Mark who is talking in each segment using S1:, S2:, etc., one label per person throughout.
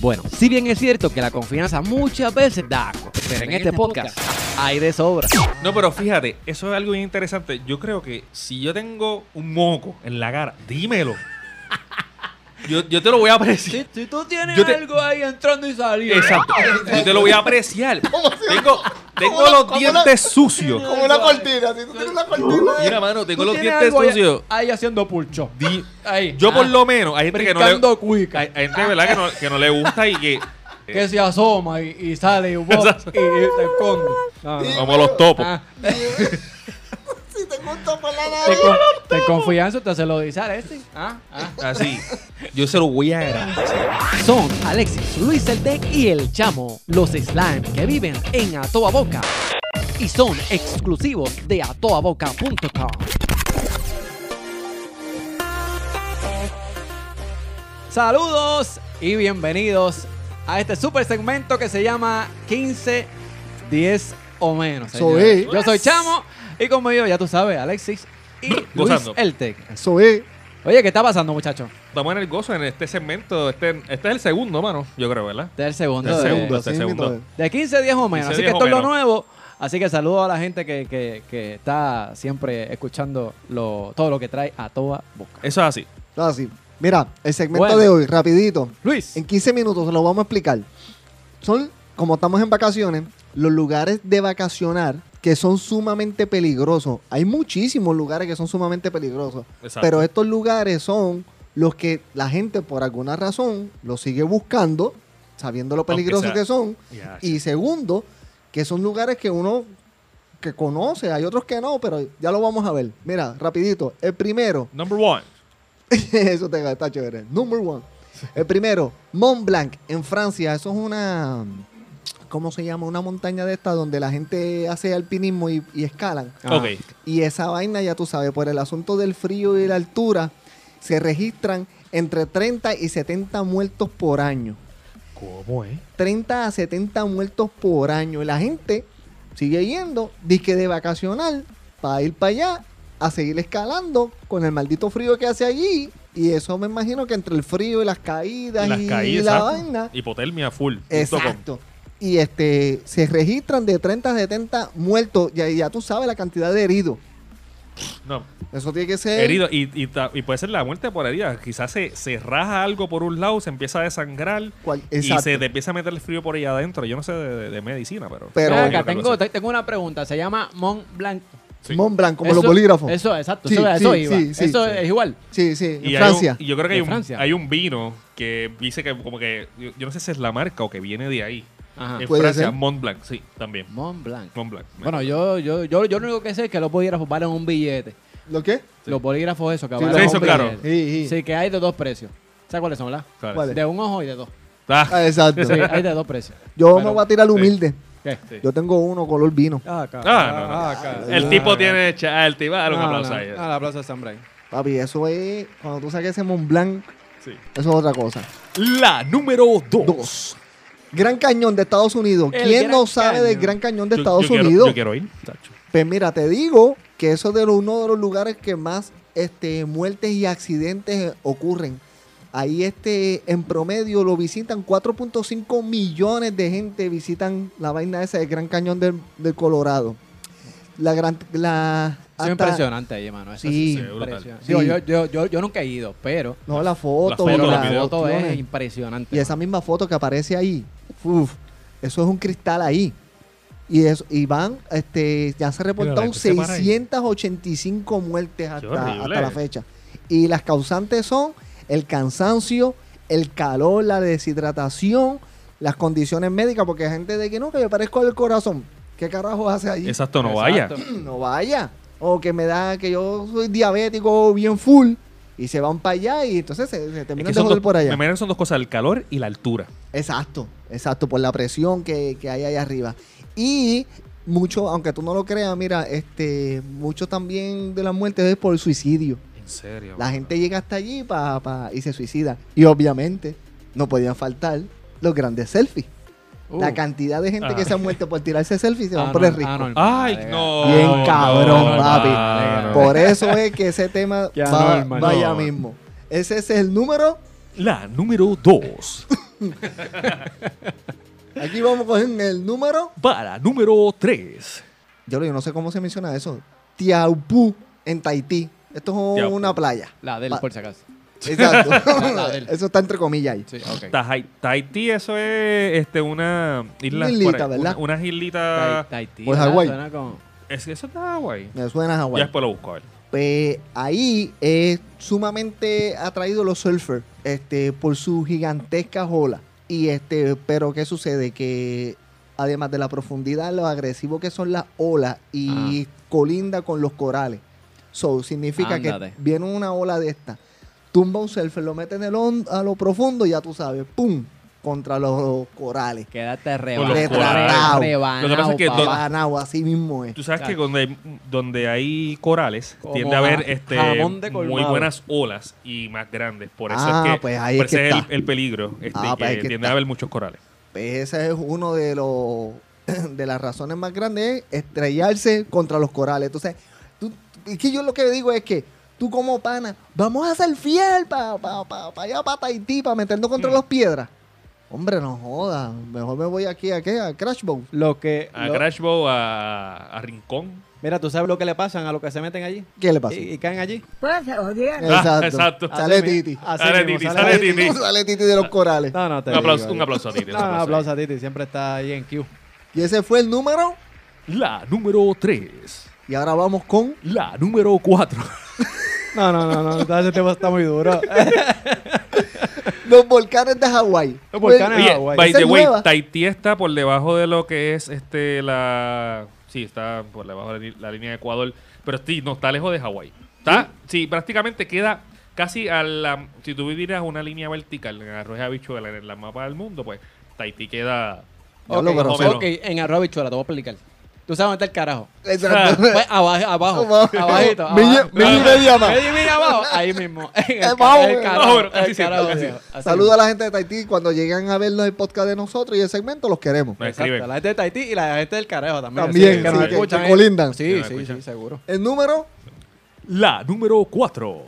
S1: Bueno, si bien es cierto que la confianza muchas veces da asco, pero en este podcast hay de sobra.
S2: No, pero fíjate, eso es algo bien interesante. Yo creo que si yo tengo un moco en la cara, dímelo. Yo, yo te lo voy a apreciar.
S1: Si tú tienes
S2: Yo te-
S1: algo ahí entrando y saliendo.
S2: Exacto. Yo te lo voy a apreciar. Tengo, tengo
S3: ¿Cómo lo-
S2: los
S3: cómo
S2: dientes sucios.
S3: Como una cortina, si tú tienes una cortina.
S2: Mira, mano, tengo
S1: Tú
S2: los
S1: tienes
S2: dientes
S1: algo ahí-
S2: sucios.
S1: Ahí, haciendo pulcho.
S2: Di-
S1: Ahí.
S2: Yo por
S1: Ah,
S2: lo menos, hay gente que no le,
S1: brincando cuica.
S2: hay, hay gente de verdad que no, que no le gusta y que
S1: que se asoma y, y sale y, bota, y, y se esconde. No, no.
S2: eh, como los topos.
S1: Ah,
S3: Si te gusta por la
S1: te,
S3: nariz.
S1: con- te confianza, te se lo dice a este. Ah, ah.
S2: Así. Yo se lo voy a agradecer.
S1: Son Alexis, Luis el Tec y el Chamo, los slime que viven en A Toda Boca y son exclusivos de atoaboca.com. Saludos y bienvenidos a este super segmento que se llama 15, 10 o menos.
S4: Soy.
S1: señores. Yo soy Chamo y conmigo, ya tú sabes, Alexis y Luis
S2: Gozando.
S1: el Tec.
S4: Eso es.
S1: Oye, ¿qué está pasando, muchachos?
S2: Estamos en el gozo en este segmento. Este, este es el segundo, mano. Yo creo, ¿verdad?
S1: Del segundo.
S2: Del
S1: de-
S2: segundo,
S4: así
S2: este
S4: mismo
S2: segundo.
S4: es.
S1: De 15 a 10 o menos.
S2: 15
S1: Así que
S2: días o
S1: esto es lo
S2: menos.
S1: nuevo. Así que saludo a la gente que, que- que está siempre escuchando lo- todo lo que trae a toda boca.
S2: Eso es así.
S4: Nada, sí. Mira, el segmento
S1: Bueno.
S4: de hoy, rapidito.
S1: Luis.
S4: En 15 minutos se lo vamos a explicar. Son, como estamos en vacaciones, los lugares de vacacionar que son sumamente peligrosos. Hay muchísimos lugares que son sumamente peligrosos.
S2: Exacto.
S4: Pero estos lugares son los que la gente, por alguna razón, los sigue buscando, sabiendo lo
S2: Aunque
S4: peligrosos
S2: sea-
S4: que son.
S2: Ya,
S4: Y segundo, que son lugares que uno que conoce, hay otros que no, pero ya lo vamos a ver. Mira, rapidito. El primero,
S2: Number one.
S4: eso te está chévere. Number one. El primero, Mont Blanc, en Francia. Eso es una. ¿Cómo se llama? Una montaña de esta donde la gente hace alpinismo y, y escalan.
S1: Ah.
S2: Ok.
S4: Y esa vaina, ya tú sabes, por el asunto del frío y la altura, se registran entre 30 y 70 muertos por año.
S2: ¿Cómo es?
S4: 30 a 70 muertos por año. Y la gente sigue yendo, disque de vacacional, para ir para allá, a seguir escalando con el maldito frío que hace allí. Y eso me imagino que entre el frío y las caídas y,
S2: Las caídas.
S4: la
S2: exacto.
S4: vaina.
S2: Hipotermia full. punto com.
S4: Exacto. Y este se registran de 30 a 70 muertos. Ya, ya tú sabes la cantidad de heridos.
S2: No,
S4: Eso tiene que ser.
S2: herido y, y ta- y puede ser la muerte por herida. Quizás se, se raja algo por un lado, se empieza a desangrar
S4: Cual-
S2: y
S4: exacto.
S2: se te empieza a meter el frío por ahí adentro. Yo no sé de, de- de medicina, pero.
S4: Pero-
S1: Ven
S2: Yo
S1: acá,
S2: creo que algo
S1: tengo,
S2: así.
S1: te- tengo una pregunta. Se llama Mont Blanc.
S2: Sí.
S4: Mont Blanc, como
S1: Eso-
S4: los bolígrafos.
S1: Eso, exacto.
S4: Sí,
S1: eso
S4: sí,
S1: eso iba.
S4: sí, sí,
S1: eso
S4: sí.
S1: es igual.
S4: Sí, sí,
S2: Y
S4: en
S2: hay un-
S4: Francia.
S2: y yo creo que
S1: De
S2: hay un,
S1: Francia.
S2: hay un vino que dice que, como que. Yo, yo no sé si es la marca o que viene de ahí.
S1: Ajá.
S2: En
S4: Puede
S2: Francia,
S4: ser.
S2: Mont Blanc, sí, también.
S1: Mont Blanc.
S2: Mont Blanc.
S1: Bueno, yo, yo, yo, yo lo único que sé es que los bolígrafos valen un billete.
S4: ¿Lo qué?
S1: Los bolígrafos esos que
S4: Sí,
S1: valen
S2: sí,
S1: un
S2: son
S1: billete.
S2: caros.
S4: Sí, sí.
S1: Sí, que hay de dos precios. ¿Sabes cuáles son, la?
S2: Claro.
S4: ¿cuál es?
S1: De un ojo y de dos.
S2: Ah,
S4: Ah, exacto.
S1: Sí, hay de dos precios.
S4: Yo
S2: Pero-
S4: me voy a tirar humilde.
S1: ¿Qué?
S2: sí.
S4: Yo tengo uno color vino.
S1: Ah, acá.
S2: Ah, no, no. el tipo tiene. cha- ah, el tipo. dale un aplauso ahí.
S1: Ah, la plaza de San Brian.
S4: Papi, eso es. Cuando tú saques ese Mont Blanc,
S2: Sí.
S4: eso es otra cosa.
S2: La número dos.
S4: Dos. Gran Cañón de Estados Unidos.
S1: El
S4: ¿Quién
S1: Gran
S4: no sabe del
S1: Cañón.
S4: Gran Cañón de
S2: Yo-
S4: Estados
S2: yo quiero-
S4: Unidos?
S2: yo quiero ir. tacho.
S4: Pues mira, te digo que eso es de lo- uno de los lugares que más este, muertes y accidentes eh, ocurren. Ahí este, en promedio lo visitan 4.5 millones de gente visitan la vaina esa del Gran Cañón del, del Colorado. La gran la
S1: Eso es
S4: hasta-
S1: impresionante ahí, mano. Eso
S4: Sí.
S1: es
S4: Sí,
S2: brutal.
S1: impresionante.
S4: Sí.
S1: Digo, yo, yo, yo, yo nunca he ido, pero,
S4: No, la
S2: La
S4: foto,
S2: foto,
S1: pero
S2: los
S1: la
S2: videos.
S1: foto es
S4: cuestiones.
S1: impresionante.
S4: Y esa misma foto que aparece ahí, uf, eso es un cristal ahí. Y, eso, y van, este, ya se reportaron
S2: gente se para ahí.
S4: 685 muertes hasta,
S2: horrible.
S4: hasta la fecha. Y las causantes son el cansancio, el calor, la deshidratación, las condiciones médicas, porque hay gente de que no, que me parezco al corazón. ¿Qué carajo hace allí?
S2: Exacto, no vaya.
S1: Exacto.
S4: No vaya. O que me da, que yo soy diabético bien full. Y se van para allá y entonces se, se
S2: Es que
S4: terminan de
S2: son
S4: joder
S2: dos-
S4: por allá.
S2: Me imagino que son dos cosas, el calor y la altura.
S4: Exacto, exacto, por la presión que, que hay ahí arriba. Y mucho, aunque tú no lo creas, mira, este, mucho también de las muertes es por suicidio.
S2: En serio.
S4: La gente llega hasta allí pa, pa- y se suicida. Y obviamente no podían faltar los grandes selfies.
S1: Uh,
S4: La cantidad de gente
S2: Ah.
S4: que se ha muerto por tirarse selfies se van
S1: ah,
S4: por
S1: no,
S4: el risco.
S1: ah, no,
S2: Ay,
S1: madre,
S2: no.
S4: Bien cabrón,
S2: no,
S4: papi.
S2: no, no.
S4: Por eso es que ese tema
S1: Qué
S4: va-
S1: anormal.
S4: vaya
S2: No.
S4: mismo. Ese es el número
S2: La número dos.
S4: Aquí vamos a coger el número.
S2: Para número 3.
S4: Yo, yo no sé cómo se menciona eso. Tiaupú en Tahití. Esto es
S2: Tiaupú.
S4: una playa.
S1: La del,
S4: Pa-
S1: por si acaso.
S4: Exacto.
S1: La del.
S4: eso está entre comillas ahí.
S1: Sí, ok.
S2: Tahai- Tahití, eso es este, una isla.
S4: Una islita,
S2: por ahí,
S4: ¿verdad?
S2: Una, unas islitas-
S1: Tahití,
S4: Pues
S1: ¿verdad?
S4: Hawái.
S1: Suena como-
S2: Es, eso está guay.
S4: Me suena a Hawái.
S2: Ya después lo busco, a ver.
S4: Pues ahí es sumamente atraído los surfers este, por sus gigantescas olas. Y este, pero ¿qué sucede? Que además de la profundidad, lo agresivo que son las olas y colinda con los corales. So, significa
S1: Ándate.
S4: que viene una ola de esta, tumba un surfer, lo mete en el hon- a lo profundo, ya tú sabes, ¡pum! contra los corales.
S1: Quédate
S2: Con los
S1: rebanado.
S2: corales. Lo que pasa es que
S1: papá.
S2: don-
S4: Banao, así mismo es.
S2: Tú sabes que
S1: Chacho.
S2: donde hay, donde hay corales
S1: Como
S2: tiende a haber
S1: ja-
S2: este,
S1: jamón de
S2: muy
S1: colmado.
S2: buenas olas y más grandes. Por eso
S4: Ah,
S2: es que,
S4: pues ahí
S2: por
S4: es
S2: ese
S4: que
S2: el,
S4: está.
S2: el peligro. Este,
S4: Ah, pues
S2: que
S4: ahí que
S2: tiende
S4: está.
S2: a haber muchos corales.
S4: Pues ese es uno de los de las razones más grandes es estrellarse contra los corales. Entonces, tú- es que yo lo que digo es que tú como pana, vamos a ser fiel para pa, pa- pa allá para Tahití, para meternos contra
S2: Mm.
S4: las piedras. Hombre, no jodas. Mejor me voy aquí a qué, a Crash Bowl.
S5: Lo que.
S2: A
S5: lo-
S2: Crashbow, a, a Rincón.
S5: mira, tú sabes lo que le pasan a los que se meten allí.
S4: ¿Qué le pasa?
S5: Y, y caen allí.
S2: Ah, exacto.
S4: Sale
S5: Así mi-
S4: Titi.
S5: así
S2: Sale
S5: mismo,
S2: Titi,
S5: sale
S2: sale Titi.
S4: Sale Titi de los corales.
S5: No, no, te
S2: Un
S5: digo,
S2: aplauso,
S5: digo.
S2: un aplauso a ti. un
S5: No, un
S2: aplauso a ti.
S5: aplauso a Titi, siempre está ahí en Q.
S4: Y ese fue el número.
S2: La número 3.
S4: Y ahora vamos con
S2: La número 4.
S5: No, no, no, no, ese tema está muy duro.
S4: los volcanes de Hawái.
S5: Los volcanes de
S2: Oye,
S5: Hawái.
S2: by
S4: Esa
S2: the
S4: es
S2: way,
S4: nueva.
S2: Tahití está por debajo de lo que es este la. Sí, está por debajo de la, li- la línea de Ecuador. Pero sí, no, está lejos de Hawái. Está, sí, prácticamente queda casi a la. Si tú vivieras una línea vertical en Arroyo de Habichuela, en el mapa del mundo, pues Tahití queda.
S4: Ya lo
S1: Ok,
S4: conozco.
S1: ok, en arroba bichuela, te voy a explicar. Tú sabes dónde está el carajo.
S2: Ah.
S4: Exacto.
S1: Pues abajo, abajo,
S4: Abajo.
S1: abajito.
S4: Milla-
S1: abajo.
S4: milla y media más.
S1: Milla y media abajo, ahí mismo. En el,
S4: Eh,
S1: ca-
S4: vamos,
S1: el
S4: eh,
S1: carajo,
S2: vamos,
S1: el
S2: casi
S1: carajo,
S2: siempre,
S1: Dios. Así
S4: Saluda a la gente de Tahití. Cuando llegan a vernos el podcast de nosotros y el segmento, los queremos.
S2: Nos
S5: Exacto,
S2: escriben.
S5: la gente de Tahití y la gente del carajo también.
S4: También,
S5: así que
S2: sí,
S5: nos
S2: que-
S5: escuchan,
S4: que
S5: ¿eh?
S4: colindan.
S5: Sí,
S2: Que nos
S5: sí,
S2: escuchan.
S5: sí, seguro.
S4: El número,
S2: La número 4.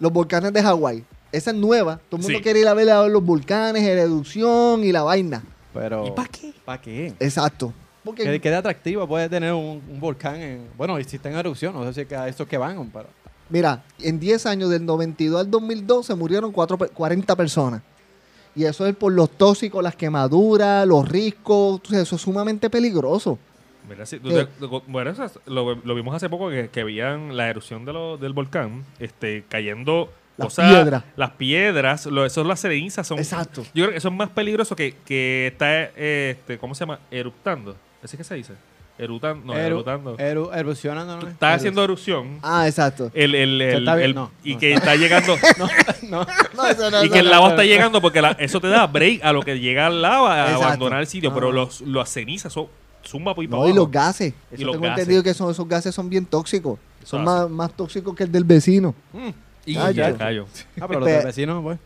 S4: los volcanes de Hawái. Esa es nueva. Todo el mundo
S2: Sí.
S4: quiere ir a ver, a ver los volcanes, la erupción y la vaina.
S5: Pero,
S1: ¿Y pa' qué?
S5: ¿Para qué?
S4: Exacto. Porque
S5: ¿Qué, qué de atractivo puede tener un, un volcán? En, bueno, y si está en erupción, no sé si es que a estos que van, pero...
S4: Mira, en 10 años, del 92 al 2012, murieron cuatro pe- 40 personas. Y eso es por los tóxicos, las quemaduras, los riscos. Entonces, Eso es sumamente peligroso.
S2: Mira, sí, tú
S4: Eh.
S2: te- bueno, eso es- lo, lo vimos hace poco que, que veían la erupción de lo- del volcán este, cayendo.
S4: Las
S2: cosas-
S4: piedras.
S2: Las piedras, lo, eso es las cenizas. Son,
S4: Exacto.
S2: Yo creo que eso es más peligroso que, que está, eh, este, ¿cómo se llama? Eruptando. ¿Así que se dice? Erutando. No,
S5: Eru-
S4: eh,
S2: erutando.
S5: eru- erupcionando, ¿no?
S2: está haciendo erupción.
S4: Ah, exacto.
S2: El, el, el-
S5: está bien,
S2: el-
S5: no,
S2: y
S5: no,
S2: que está llegando.
S5: No,
S4: No, eso no,
S2: y
S4: eso
S2: que el
S4: no.
S2: lava
S5: no,
S2: está
S5: no.
S2: llegando porque la- eso te da break a lo que llega al lava a
S4: Exacto.
S2: abandonar el sitio. Pero
S4: Ah.
S2: los, las cenizas son zumba por ahí para
S4: No, y
S2: abajo.
S4: los gases.
S2: Y
S4: Eso
S2: los
S4: tengo
S2: gases.
S4: entendido que son, esos gases son bien tóxicos.
S2: Eso
S4: Son
S2: hace.
S4: más, más tóxicos que el del vecino.
S2: Mm. Y
S4: Ah,
S2: ya
S4: ya.
S2: cayó.
S5: Ah, pero los
S4: Pe-
S5: del vecino, pues.
S4: ¿Eh?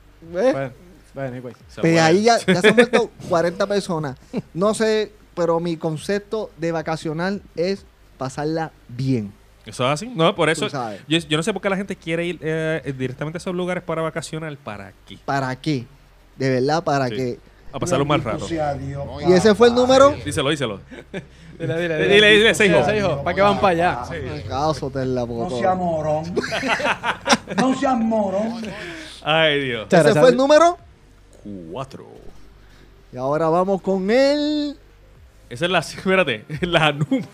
S5: Bueno, bueno, anyway.
S2: Se
S4: Pues
S2: muere.
S4: ahí ya, ya se han muerto 40 personas. No sé, pero mi concepto de vacacional es pasarla bien.
S2: Eso es así. No, por eso.
S4: Tú sabes.
S2: Yo, yo no sé por qué la gente quiere ir eh, directamente a esos lugares para vacacionar. ¿Para aquí
S4: ¿Para qué? De verdad, ¿para
S2: Sí.
S4: qué?
S2: A pasarlo más rato.
S4: Y ese fue el número.
S2: Díselo, díselo. Eh,
S5: Dile, dile,
S2: Dile, dile, dile, Seijo.
S5: ¿Para qué van para allá?
S4: Caso, Ah, te la
S3: No
S4: botó.
S3: seas morón. No seas morón.
S2: Ay, Dios.
S4: Ese fue el número.
S2: Cuatro.
S4: Y ahora vamos con el.
S2: Esa es la. Espérate. La número.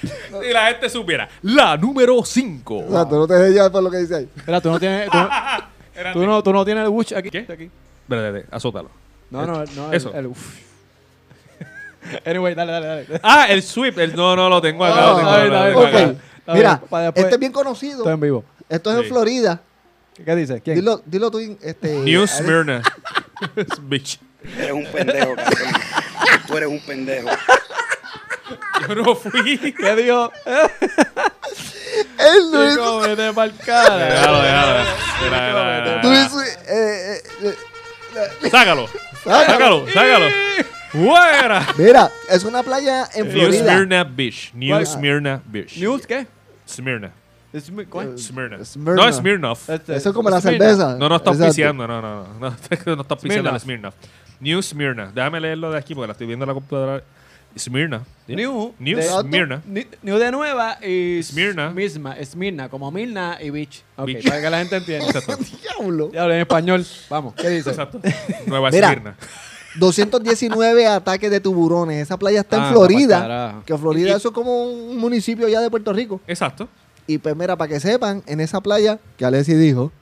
S2: si la gente supiera. La número
S4: O
S2: 5.
S4: sea, tú no te dejes llevar por lo que dice ahí.
S5: Mira, tú no tienes... Tú, tú no, tú no tienes el wush aquí. este
S2: ¿Qué?
S5: Aquí.
S2: Espérate, espérate, azótalo.
S5: No, no, no.
S2: Eso.
S5: El, el, uf. Anyway, dale, dale, dale.
S2: Ah, el sweep. El, no, no lo tengo acá. lo tengo,
S5: Ah,
S2: lo
S5: está bien,
S2: tengo
S5: está
S2: acá.
S5: bien.
S4: Ok. Mira,
S5: Para después-
S4: este es bien conocido.
S5: Estoy en vivo.
S4: Esto es en
S2: Sí.
S4: Florida.
S5: ¿Qué, qué dices? ¿Quién?
S4: Dilo, dilo tú. Este,
S2: New
S4: Alex.
S2: Smyrna. Bitch.
S6: Eres un pendejo, cabrón. Tú eres un pendejo.
S2: Yo no fui.
S5: ¿Qué dijo?
S4: El Luis.
S5: Chico, vete pa'l cara.
S2: Déjalo, déjalo. Espera, espera,
S4: Tú
S1: Ah.
S2: espera.
S4: dices, eh, eh, eh,
S2: Sácalo. Sácalo, sácalo. ¡Fuera!
S4: Mira, es una playa en
S2: New
S4: Florida.
S2: Smyrna Beach. New
S5: ¿Cuál?
S2: Smyrna Beach.
S5: ¿News qué?
S2: Smyrna.
S1: Es muy- ¿cómo es?
S2: Smirnoff.
S4: Smirnoff.
S2: No, es Smirnoff.
S1: Este,
S4: Eh, Eso es como la
S1: Smirnoff.
S4: cerveza.
S2: No, no está
S4: Exacto.
S2: auspiciando, no, no, no. No, no está auspiciando la
S1: Smirnoff.
S2: Smirnoff. New Smirnoff. Déjame leerlo de aquí porque la estoy viendo en la computadora. Smirnoff.
S1: New,
S2: New
S1: de-
S2: Smyrna.
S1: Ni- New de Nueva y
S2: Smyrna.
S1: Misma, Smyrna, como Milna y Beach. Ok,
S2: Beach.
S1: para que la gente entienda.
S2: Exacto.
S4: Diablo.
S1: Ya hablé en español. Vamos. ¿Qué dice?
S2: Exacto. Nueva
S4: Mira.
S2: Esmirna.
S4: 219 ataques de tuburones. Esa playa está
S1: Ah,
S4: en
S1: no, pa'
S4: Florida.
S1: carajo.
S4: Que Florida,
S2: Y-
S4: eso es como un municipio ya de Puerto Rico.
S2: Exacto.
S4: Y pues mira, para que sepan, en esa playa, que Alessi dijo,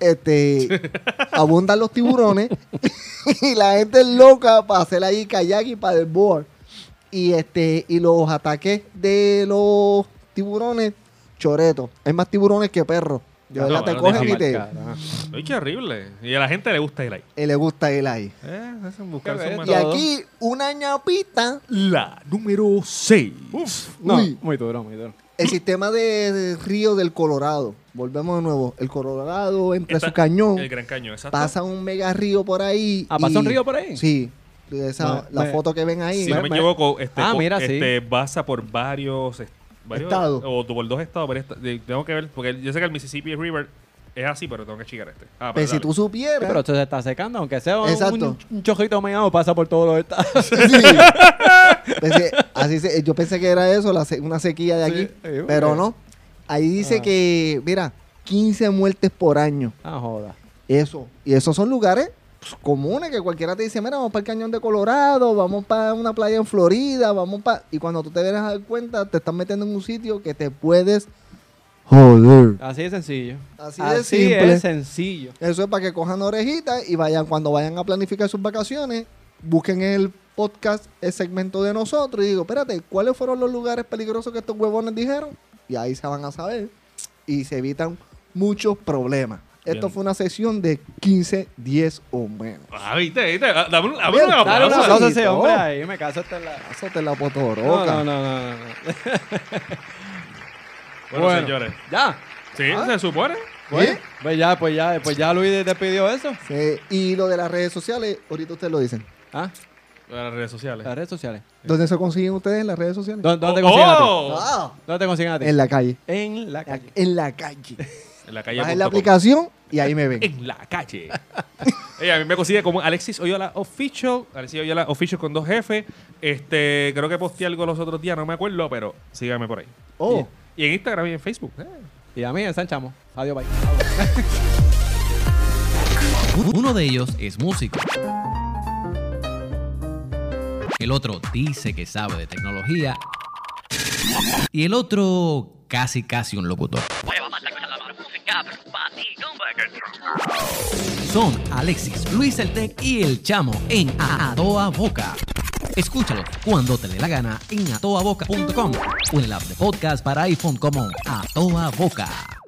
S4: este, abundan los tiburones y la gente es loca para hacer ahí kayak y para el board. Y este, y los ataques de los tiburones, choreto. Hay más tiburones que perros. De
S2: No,
S4: verdad, te
S2: no,
S4: cogen y
S2: déjame
S4: te
S1: Carajo.
S2: Ay, qué horrible. Y a la gente le gusta ir ahí.
S4: y le gusta ir ahí.
S2: Eh, hacen buscar
S1: Qué
S2: su
S1: bello.
S4: Y
S2: mano.
S1: Todo.
S4: aquí, una ñapita,
S2: La número 6.
S1: No,
S4: Uy.
S1: muy duro, muy duro.
S4: el sistema de, de río del Colorado. Volvemos de nuevo. El Colorado, entre
S2: Está-
S4: su cañón,
S2: El gran cañón, exacto.
S4: pasa un mega río por ahí.
S1: Ah, ¿pasa un río por ahí?
S4: Sí.
S1: Me-
S4: Esa, la
S1: me-
S4: foto que ven ahí.
S2: si no me
S1: me-
S2: equivoco, este,
S1: Ah,
S2: po-
S1: mira, sí.
S2: este pasa por varios, est- varios-
S4: Estados.
S2: O por dos estados. varios esta- de- tengo que ver, porque yo sé que el Mississippi River es así, pero tengo que checar este. Ah,
S4: Pues
S2: pero
S4: si
S2: dale.
S4: tú supieras.
S1: Sí, pero esto se está secando, aunque sea un,
S4: Exacto.
S1: un, un chojito meado, pasa por todos los estados.
S4: Sí. Pues, eh, así se- yo pensé que era eso, la se- una sequía de
S1: Sí,
S4: aquí.
S1: eh, bueno.
S4: pero no. Ahí dice
S1: Ah.
S4: que, mira, 15 muertes por año.
S1: Ah, joda.
S4: Eso. Y esos son lugares pues, comunes que cualquiera te dice, mira, vamos para el cañón de Colorado, vamos para una playa en Florida, vamos para... Y cuando tú te vienes a dar cuenta, te estás metiendo en un sitio que te puedes joder.
S1: Así de sencillo.
S4: Así de simple.
S1: es sencillo.
S4: Eso es para que cojan orejitas y vayan, cuando vayan a planificar sus vacaciones, busquen el podcast, el segmento de nosotros y digo, espérate, ¿cuáles fueron los lugares peligrosos que estos huevones dijeron? Y ahí se van a saber y se evitan muchos problemas. Esto
S2: Bien.
S4: fue una sesión de 15, 10 o menos.
S2: Ah, viste, viste. Ah, Dame un, dame
S4: Bien,
S2: un
S1: Dale un
S2: aplauso.
S1: aplauso a ese
S4: Aplausito.
S1: hombre ahí, me caso hasta en la...
S4: Pásate la
S1: No,
S4: potoroca.
S1: no, no, no, no.
S2: Bueno, señores.
S1: Ya.
S2: Sí,
S4: Ah.
S2: se supone.
S1: Bueno, pues ya, pues ya, pues ya Luis te pidió eso.
S4: Sí, y lo de las redes sociales, ahorita ustedes lo dicen.
S1: Ah,
S2: Las redes sociales.
S1: las redes sociales.
S4: ¿Dónde se consiguen ustedes en las redes sociales?
S1: ¿Dó- Ah, ¿Dónde te
S2: Oh,
S1: consiguen a ti?
S2: oh.
S4: Ah,
S1: ¿Dónde te consiguen a ti?
S4: en la calle.
S1: En la calle.
S4: En la calle.
S2: En la calle.
S4: Bajen Ah, la
S2: punto com.
S4: aplicación y ahí me ven.
S2: En la calle. Ey, a mí me consigue como Alexis Oyola Official. Alexis Oyola Official con dos jefes. Este, creo que posteé algo los otros días, no me acuerdo, pero síganme por ahí.
S4: Oh.
S2: Y en Instagram y en Facebook. eh.
S1: Y a mí en San Chamo. Adiós, bye.
S7: Uno de ellos es músico. El otro dice que sabe de tecnología. Y el otro casi casi un locutor. Son Alexis, Luis el Tech y el Chamo en A Toa Boca. Escúchalo cuando te dé la gana en atoaboca.com o en el app de podcast para iPhone como A Toa Boca.